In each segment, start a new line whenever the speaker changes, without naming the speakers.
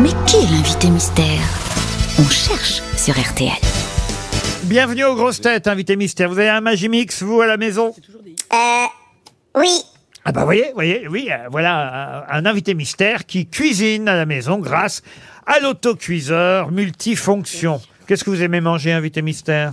Mais qui est l'invité mystère On cherche sur RTL.
Bienvenue aux grosses têtes, invité mystère. Vous avez un Magimix, vous, à la maison
Euh, oui,
Ah bah voyez, voyez, oui, euh, voilà un, un invité mystère qui cuisine à la maison grâce à l'autocuiseur multifonction. Qu'est-ce que vous aimez manger, invité mystère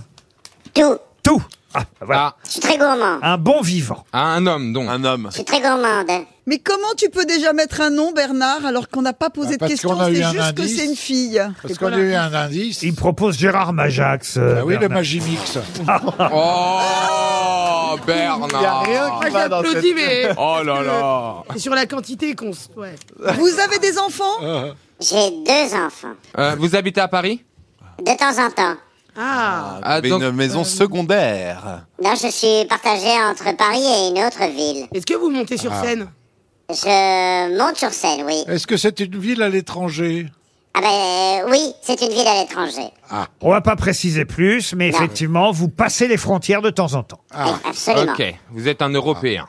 tout.
Tout Ah, bah voilà.
Ah,
Je suis très gourmand.
Un bon vivant.
à un homme donc.
Un homme.
Je suis très gourmande.
Mais comment tu peux déjà mettre un nom, Bernard, alors qu'on n'a pas posé
Bah, parce
de questions
qu'on a
C'est
eu
juste
un
que
indice.
c'est une fille.
Parce qu'on a eu un indice.
Il propose Gérard Majax. euh,
Ah oui, le
Bernard.
Magimix.
Oh, Bernard.
J'applaudis, mais
Oh là là.
c'est sur la quantité qu'on se. Ouais.
Vous avez des enfants
Euh.
J'ai deux enfants.
Euh, vous habitez à Paris
De temps en temps.
Ah,
Ah,
Mais
donc-
une maison secondaire.
Non, je suis partagée entre Paris et une autre ville.
est-ce que vous montez sur scène
Je monte sur scène, oui.
Est-ce que c'est une ville à l'étranger
Ah ben euh, oui, c'est une ville à l'étranger.
On va pas préciser plus, mais
Non.
effectivement, vous passez les frontières de temps en temps.
Ah,
Absolument.
Ok, vous êtes un Européen.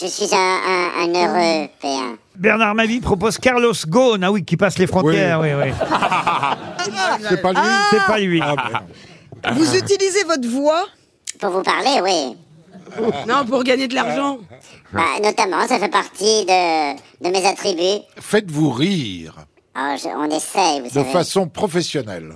Je suis un, un, un Européen.
Bernard Mavie propose Carlos Ghosn, ah oui, qui passe les frontières, oui, oui.
C'est pas lui
C'est pas lui.
Ah, ben non.
Vous utilisez votre voix
Pour vous parler, oui.
Non, pour gagner de l'argent.
Bah, notamment, ça fait partie de, de mes attributs.
Faites-vous rire
Alors, je- on essaye, vous
de
savez.
façon professionnelle.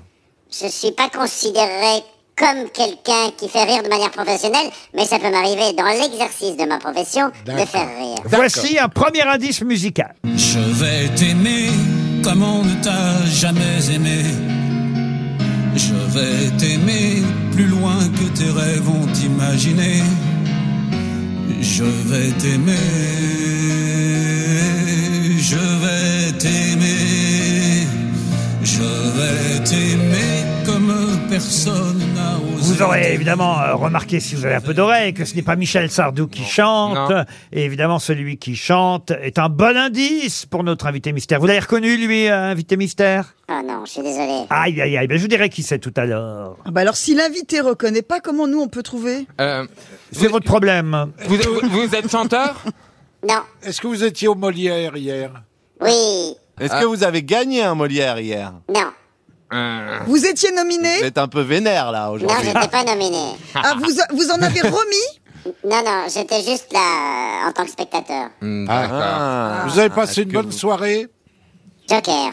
Je suis pas considéré comme quelqu'un qui fait rire de manière professionnelle, mais ça peut m'arriver dans l'exercice de ma profession de
D'accord.
faire rire.
Voici un premier indice musical.
Je vais t'aimer comme on ne t'a jamais aimé. Je vais t'aimer plus loin que tes rêves ont imaginé. Je vais t'aimer. Je vais t'aimer. Je vais t'aimer comme personne n'a osé.
Vous aurez évidemment euh, remarqué, si vous avez un peu d'oreille, que ce n'est pas Michel Sardou qui chante.
Non.
Et évidemment, celui qui chante est un bon indice pour notre invité mystère. Vous l'avez reconnu, lui, euh, invité mystère
Oh non, je suis désolé.
Aïe, aïe, aïe. Ben, je vous dirai qui c'est tout à l'heure.
Ah bah Alors si l'invité reconnaît pas, comment nous on peut trouver
Ah.
Euh,
C'est votre problème.
vous, vous- vous êtes chanteur
Non,
Est-ce que vous étiez au Molière hier
oui,
Est-ce que vous avez gagné un Molière hier
non,
Euh,
Vous étiez nominé
Vous êtes un peu vénère là
non,
aujourd'hui.
j'étais pas nominé.
ah, vous, vous en avez remis
Non, non, j'étais juste là euh, en tant que spectateur.
hmm, D'accord.
Ah,
Vous avez passé une
que
bonne
vous-
soirée
Joker.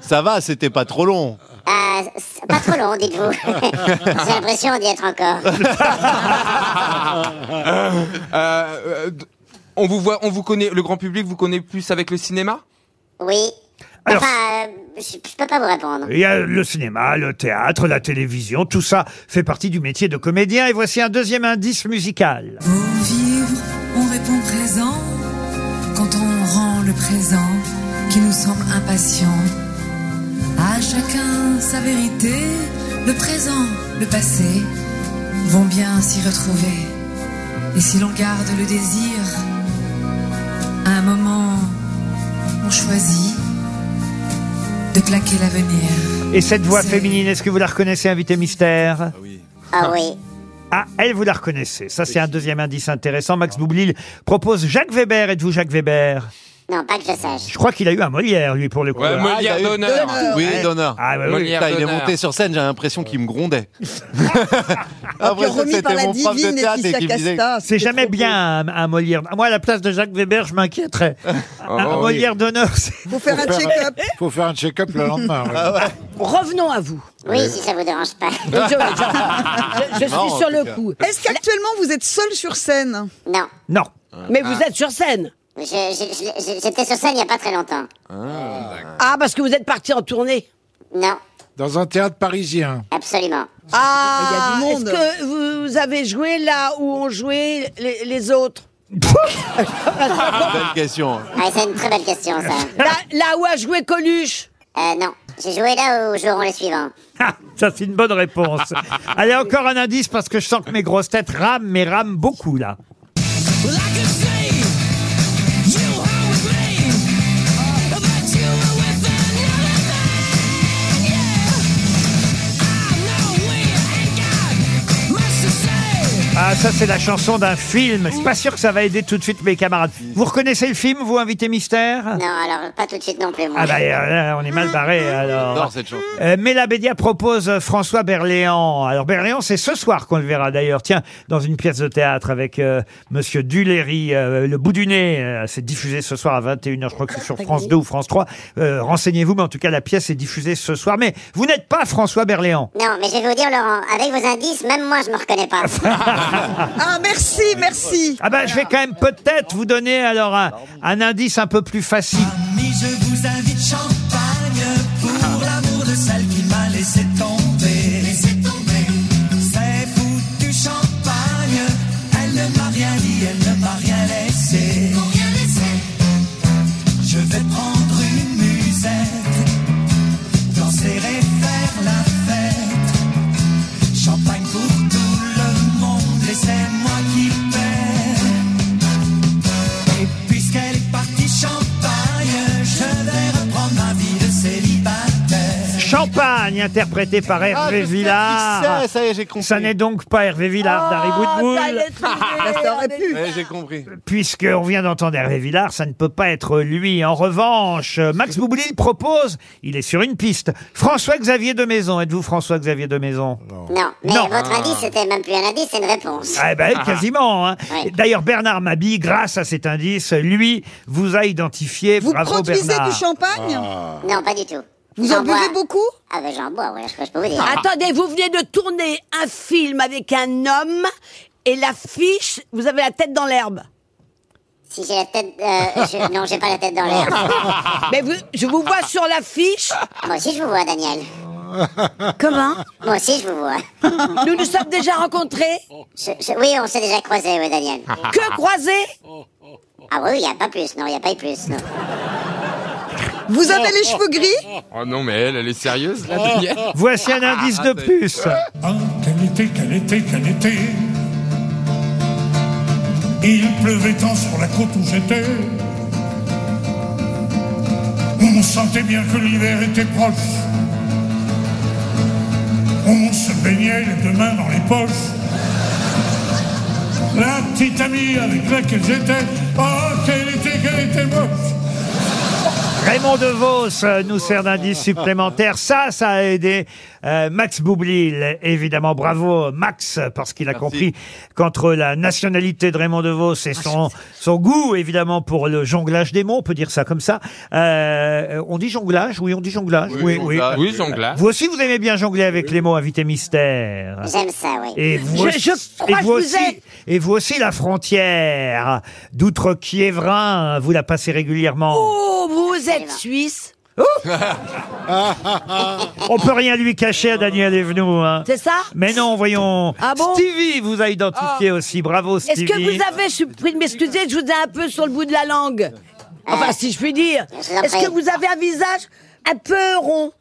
Ça va, c'était pas trop long.
Ah, c'est pas trop long, dites-vous. J'ai l'impression d'y être encore.
Euh, euh, d- on vous voit, on vous connaît, le grand public vous connaît plus avec le cinéma
Oui.
Alors-
Enfin, euh, je je peux pas vous répondre.
Il y a le cinéma, le théâtre, la télévision, tout ça fait partie du métier de comédien. Et voici un deuxième indice musical.
Pour vivre, on répond présent quand on rend le présent qui nous semble impatient. À chacun sa vérité, le présent, le passé vont bien s'y retrouver. Et si l'on garde le désir, à un moment, on choisit de plaquer l'avenir.
Et cette voix
C'est-
féminine, est-ce que vous la reconnaissez, invité mystère
Ah oui.
Ah, elle, vous la reconnaissez. Ça, c'est un deuxième indice intéressant. Max Boublil propose Jacques Weber. Êtes-vous Jacques Weber
Non, pas que je sache.
Je crois qu'il a eu un Molière, lui, pour le coup.
Ouais,
Alors-
Euh, Molière
il y a eu-
d'honneur.
Oui, d'honneur.
Ah, ouais, oui.
Molière
Putain, il est
d'honneur.
monté sur scène, j'ai l'impression qu'il me grondait.
Ah, puis
Après ça,
remis par la divine Laetitia
me disait-
Casta.
C'est
c'était
jamais
trop
bien un, un Molière. Moi, à la place de Jacques Weber, je m'inquiéterais. un un
oui.
Molière d'honneur, c'est-
beau. Faut faire un
Faut faire
check-up.
Faut faire un check-up le lendemain. ouais.
Ah,
Revenons à vous.
Oui, si ça vous dérange pas.
Je, je- je
Marrant,
suis sur
en tout
le
cas.
coup.
Est-ce qu'actuellement vous êtes seul sur scène
Non.
Non.
Mais vous êtes sur scène.
Je- je- je- J'étais sur scène il y a pas très longtemps.
Ah, parce que vous êtes parti en tournée.
Non,
Dans un théâtre parisien.
absolument.
Ah,
Il y a du monde.
est-ce que vous avez joué là où ont joué les, les autres
Belle question.
Ah, c'est une très belle question, ça.
là, là où a joué Coluche
Euh, non, j'ai joué là où joueront les suivants.
Ah, Ça, c'est une bonne réponse. Allez, encore un indice parce que je sens que mes grosses têtes rament, mais rament beaucoup, là.
Well, I can see you hold me, but you were with another man. Yeah, I know we ain't got much to say.
Ah, ça c'est la chanson d'un film. Je suis pas sûr que ça va aider tout de suite mes camarades. Vous reconnaissez le film, vous, Invité Mystère
Non, alors pas tout de suite non plus. Moi.
Ah bah euh, là, on est mal barré alors.
J'adore cette chanson.
Euh, Mella Bédia propose euh, François Berléand. Alors Berléand, c'est ce soir qu'on le verra d'ailleurs. Tiens, dans une pièce de théâtre avec euh, Monsieur Duléry, euh, le bout du nez. euh, c'est diffusé ce soir à 21h. Je crois que c'est sur France 2 ou France 3. Euh, Renseignez-vous, mais en tout cas la pièce est diffusée ce soir. Mais vous n'êtes pas François Berléand.
Non, mais je vais vous dire, Laurent, avec vos indices, même moi, je me reconnais pas.
Ah, merci, merci.
Ah ben, je vais quand même peut-être vous donner alors un, un indice un peu plus facile.
Amis, je vous invite champagne pour l'amour de celle qui m'a laissé tomber. C'est foutu champagne, elle ne m'a rien dit, elle ne m'a rien laissé. Je vais prendre une musette, danser et faire la fête. Champagne pour tout le monde et c'est moi qui paie. Et puisqu'elle est partie champagne, je vais reprendre ma vie de célibataire.
Champagne, interprété par
Ah,
Hervé Villard.
Ça y est, j'ai compris. Ah,
Ça n'est donc pas Hervé Villard d'Harry Woodbull,
Ça aurait pu.
Ouais, j'ai compris.
puisqu'on vient d'entendre Hervé Villard, ça ne peut pas être lui. En revanche, Max Boublil propose, il est sur une piste, François-Xavier de Maison. Êtes-vous François-Xavier de Maison
Non, mais
Non.
votre indice, c'était même plus un indice, c'est une réponse.
Ah ben, quasiment. hein.
Ouais.
D'ailleurs, Bernard Mabie, grâce à cet indice, lui, vous a identifié.
Vous
Bravo
produisez
Bernard.
du champagne
Ah.
Ah.
Non, pas du tout.
Vous en
J'en bois.
buvez beaucoup Ah.
Ah ben j'en bois, ouais, je je peux vous dire.
Attendez, vous venez de tourner un film avec un homme et l'affiche, vous avez la tête dans l'herbe.
Si j'ai la tête... euh, je- non, j'ai pas la tête dans l'air.
Ah.
Ah.
Mais vous, je vous vois sur l'affiche.
Moi aussi, je vous vois, Daniel.
Comment
Moi aussi, je vous vois.
Nous nous sommes déjà rencontrés.
Je- je- oui, on s'est déjà croisés, oui, Daniel.
Que croisés
Ah oui, il n'y a pas plus, non, il n'y a pas eu plus, non.
Vous avez les cheveux gris
Oh non, mais elle, elle est sérieuse,
Oh.
là, Daniel
Voici un indice de plus.
Ah, quel été, quel été, quel été Il pleuvait tant sur la côte où j'étais On sentait bien que l'hiver était proche On se baignait les deux mains dans les poches La petite amie avec laquelle j'étais Ah, quel été, quel été moche
Raymond DeVos euh, nous sert d'indice supplémentaire. Ça, ça a aidé euh, Max Boublil. Évidemment, bravo Max, parce qu'il a compris qu'entre la nationalité de Raymond DeVos et son,
Ah,
son goût, évidemment, pour le jonglage des mots, on peut dire ça comme ça. Euh, on dit jonglage Oui, on dit jonglage. Oui, oui.
jonglage.
Oui, Zangla.
Vous aussi, vous aimez bien jongler avec les mots, invité mystère.
J'aime ça, oui.
Ah. Et vous,
Je-
aussi,
je crois
et vous
que je
aussi-
vous ai.
et vous aussi, la frontière d'outre-Kiévrin, vous la passez régulièrement.
Oh, vous êtes suisse.
On peut rien lui cacher à Daniel Evenou. Hein.
C'est ça
Mais non, voyons.
Ah bon Ah.
Stevie vous a identifié aussi. Bravo
Est-ce
Stevie.
que vous avez, je suis prie de m'excuser, je vous ai un peu sur le bout de la langue. Enfin, si je puis dire.
Je vous en
Est-ce que
prie.
vous avez un visage un peu rond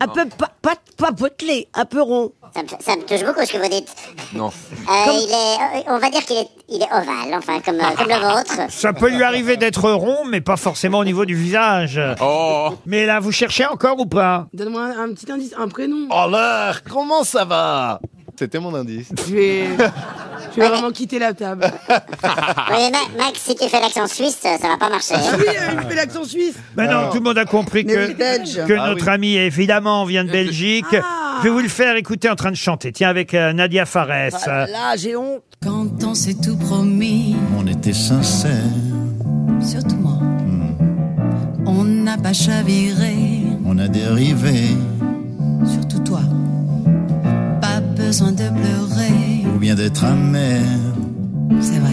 Un peu pas, pas, pas potelé, un peu rond.
Ça me, ça me touche beaucoup ce que vous dites.
Non.
Euh, il est, euh, on va dire qu'il est, il est ovale, enfin, comme, euh, comme le vôtre.
Ça peut lui arriver d'être rond, mais pas forcément au niveau du visage.
Oh
Mais là, vous cherchez encore ou pas
Donne-moi un, un petit indice, un prénom.
Oh là, comment ça va C'était mon indice.
Je vais, je vais vraiment quitter la table.
Oui, Ma- Max, si tu fais l'accent suisse, ça va pas marcher. hein.
Oui, euh, je fais l'accent suisse.
Maintenant, tout le monde a compris
Mais
que,
oui, belge.
que
Ah
notre
oui.
ami, évidemment, vient de Belgique. Je vais vous le faire écouter en train de chanter. Tiens, avec euh, Nadia Fares.
Ah, là, j'ai honte.
Quand on s'est tout promis,
On était sincères
surtout moi, on n'a pas chaviré,
Hmm. On a dérivé
surtout toi. Pas besoin de pleurer,
Ou bien d'être amer
c'est vrai.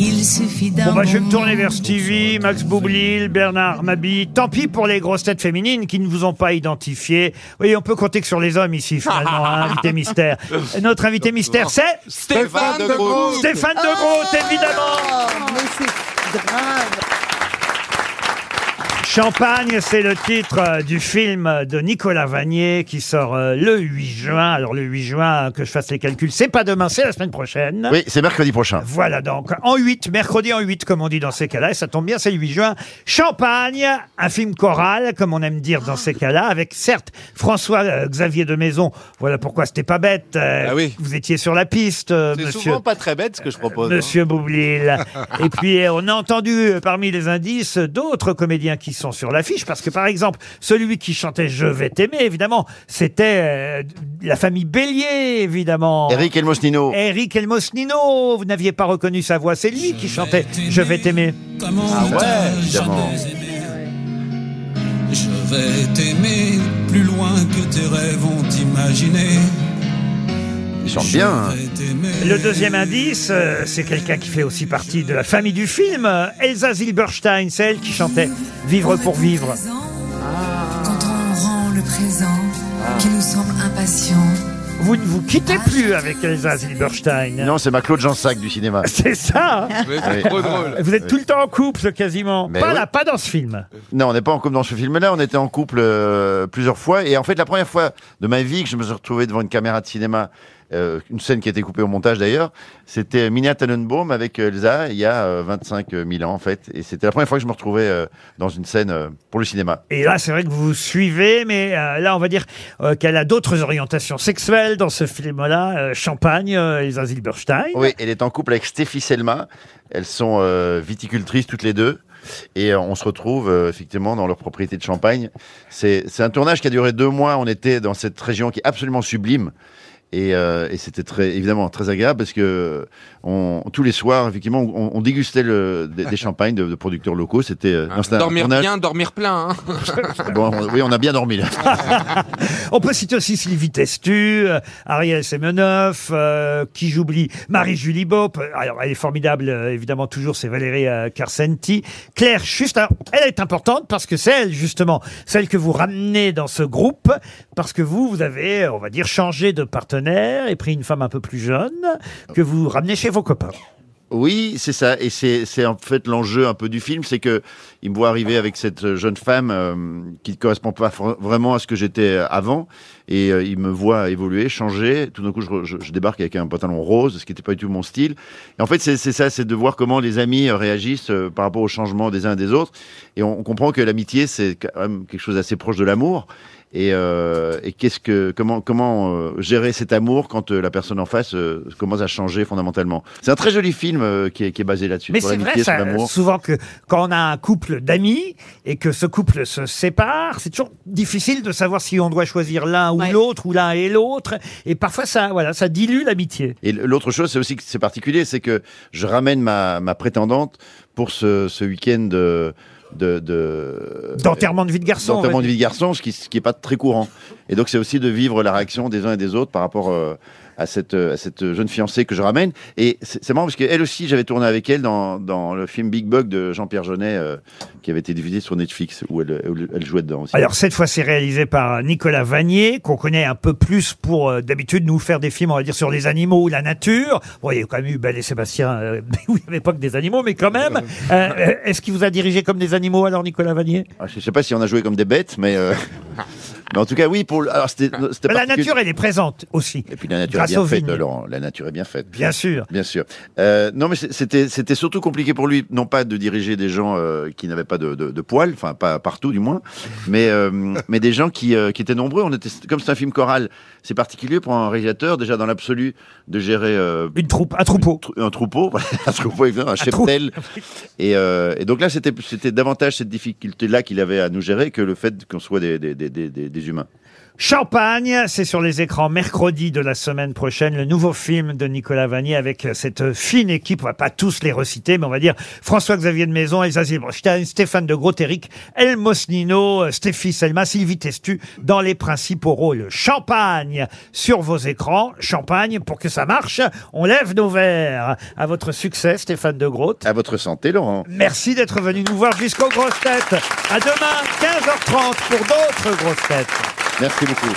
Il suffit d'un.
Bon bah je vais me
moment.
tourner vers Stevie, Max Boublil, Bernard Mabi. Tant pis pour les grosses têtes féminines qui ne vous ont pas identifié. Oui, on peut compter que sur les hommes ici finalement, hein, invité mystère. Notre invité mystère, c'est
Stéphane de Groot. Ah
Stéphane de
Oh,
Groot, évidemment.
Mais c'est grave.
Je Champagne, c'est le titre euh, du film de Nicolas Vanier qui sort euh, le 8 juin. Alors le 8 juin, euh, que je fasse les calculs, c'est pas demain, c'est la semaine prochaine.
Oui, c'est mercredi prochain.
Voilà donc, en 8, mercredi en 8, comme on dit dans ces cas-là, et ça tombe bien, c'est le 8 juin. Champagne, un film choral, comme on aime dire dans ces cas-là, avec certes François-Xavier de Maison. Voilà pourquoi c'était pas bête. euh,
Ah oui.
Vous étiez sur la piste, euh,
C'est
monsieur.
souvent pas très bête ce que je propose. hein.
Monsieur Boublil. Et puis, euh, on a entendu euh, parmi les indices d'autres comédiens qui sont sur l'affiche, parce que par exemple, celui qui chantait Je vais t'aimer, évidemment, c'était euh, la famille Bélier, évidemment.
Eric Elmosnino.
Eric Elmosnino, vous n'aviez pas reconnu sa voix, c'est lui qui chantait Je vais t'aimer.
Comme on
Ah
ne
ouais,
t'a
évidemment.
jamais aimé. Je vais t'aimer plus loin que tes rêves ont imaginé.
Il chante bien. hein.
Le deuxième indice, euh, c'est quelqu'un qui fait aussi partie de la famille du film, euh, Elsa Zilberstein, celle qui chantait Vivre pour vivre.
Ah. Quand on rend le présent qui nous semble impatient.
Ah.
Ah,
Vous ne vous quittez plus avec Elsa Zilberstein.
Non, c'est ma Claude Jansac du cinéma.
C'est ça hein
Mais c'est
Oui.
trop drôle.
Vous êtes tout le temps en couple quasiment.
Mais
pas
oui.
là, pas dans ce film.
Non, on n'est pas en couple dans ce film-là, on était en couple euh, plusieurs fois. Et en fait, la première fois de ma vie que je me suis retrouvé devant une caméra de cinéma, euh, une scène qui a été coupée au montage d'ailleurs, c'était Mina Tannenbaum avec Elsa il y a euh, 25 000 ans en fait. Et c'était la première fois que je me retrouvais euh, dans une scène euh, pour le cinéma.
Et là, c'est vrai que vous vous suivez, mais euh, là, on va dire euh, qu'elle a d'autres orientations sexuelles dans ce film-là. Euh, Champagne, euh, Elsa Zilberstein.
Oui, elle est en couple avec Stéphie Selma. Elles sont euh, viticultrices toutes les deux. Et euh, on se retrouve euh, effectivement dans leur propriété de Champagne. C'est c'est un tournage qui a duré deux mois. On était dans cette région qui est absolument sublime. Et, euh, et c'était très évidemment très agréable parce que on, tous les soirs, effectivement, on, on dégustait le, des, des champagnes de, de producteurs locaux. C'était euh,
Ah,
non, c'était un
Dormir
tournage-
bien, dormir plein. Hein.
Bon, on- oui, on a bien dormi là.
On peut citer aussi Sylvie Testu, euh, Ariel Semenov, euh, qui j'oublie, Marie-Julie Bop. Alors, elle est formidable, euh, évidemment, toujours, c'est Valérie euh, Carcenti. Claire Schust, alors, elle est importante parce que c'est elle, justement, celle que vous ramenez dans ce groupe, parce que vous, vous avez, on va dire, changé de partenaire et pris une femme un peu plus jeune que vous ramenez chez vos copains.
Oui, c'est ça. Et c'est c'est en fait l'enjeu un peu du film, c'est que il me voit arriver avec cette jeune femme euh, qui ne correspond pas fr- vraiment à ce que j'étais euh, avant. Et euh, il me voit évoluer, changer. Tout d'un coup, je, re- je- je débarque avec un pantalon rose, ce qui n'était pas du tout mon style. Et en fait, c'est c'est ça, c'est de voir comment les amis euh, réagissent euh, par rapport au changement des uns et des autres. Et on, on comprend que l'amitié, c'est quand même quelque chose d'assez proche de l'amour. Et, euh, et qu'est-ce que comment comment euh, gérer cet amour quand euh, la personne en face euh, commence à changer fondamentalement C'est un très joli film euh, qui, est, qui est basé là-dessus.
Mais
sur
c'est vrai,
l'amitié, sur
ça,
l'amour.
souvent que quand on a un couple d'amis et que ce couple se sépare, c'est toujours difficile de savoir si on doit choisir l'un ou
Ouais.
l'autre ou l'un et l'autre. Et parfois, ça, voilà, ça dilue l'amitié.
Et l'autre chose, c'est aussi que c'est particulier, c'est que je ramène ma, ma prétendante pour ce, ce week-end de de, de
D'enterrement de vie de garçon.
d'enterrement
on va
de
dire.
vie de garçon, ce qui ce qui est pas très courant. Et donc c'est aussi de vivre la réaction des uns et des autres par rapport euh, à cette euh, à cette jeune fiancée que je ramène. Et c'est c'est marrant parce qu'elle aussi, j'avais tourné avec elle dans dans le film Big Bug de Jean-Pierre Jeunet euh, qui avait été diffusé sur Netflix où elle elle, elle jouait dedans aussi.
Alors cette fois, c'est réalisé par Nicolas Vanier, qu'on connaît un peu plus pour euh, d'habitude nous faire des films, on va dire, sur les animaux ou la nature. Bon, il y a quand même eu Belle et Sébastien, euh, oui, à l'époque des animaux, mais quand même. Euh, euh, Est-ce qu'il vous a dirigé comme des animaux alors, Nicolas Vanier
Ah, Je sais pas si on a joué comme des bêtes, mais euh, mais en tout cas oui pour le- alors c'était c'était
La
particuli-
nature, elle est présente aussi.
Et puis la nature
Grâce
est bien
aux
faite,
vignes.
Laurent. La nature est bien faite.
Bien sûr.
Bien sûr. Euh, non, mais c'est- c'était c'était surtout compliqué pour lui, non pas de diriger des gens euh, qui n'avaient pas de, de, de poils, enfin pas partout du moins, mais euh, mais des gens qui euh, qui étaient nombreux. On était comme c'est un film choral, c'est particulier pour un réalisateur déjà dans l'absolu de gérer euh,
Une troupe, un troupeau.
trou- un troupeau, un troupeau, évidemment, un
trou-
cheptel. Et, euh, et donc là, c'était c'était davantage cette difficulté-là qu'il avait à nous gérer que le fait qu'on soit des des, des, des, des- des humains.
Champagne, c'est sur les écrans mercredi de la semaine prochaine, le nouveau film de Nicolas Vanier avec euh, cette fine équipe, on va pas tous les reciter, mais on va dire François-Xavier de Maison, Elsa Zilberstein, Stéphane de Grotéric, Elmos Nino, euh, Stéphie Selma, Sylvie Testu, dans les principaux rôles. Champagne sur vos écrans, champagne, pour que ça marche, on lève nos verres. À votre succès, Stéphane de Grotte.
À votre santé, Laurent.
Merci d'être venu nous voir jusqu'aux grosses têtes. À demain, 15h30 pour d'autres grosses têtes.
Merci beaucoup.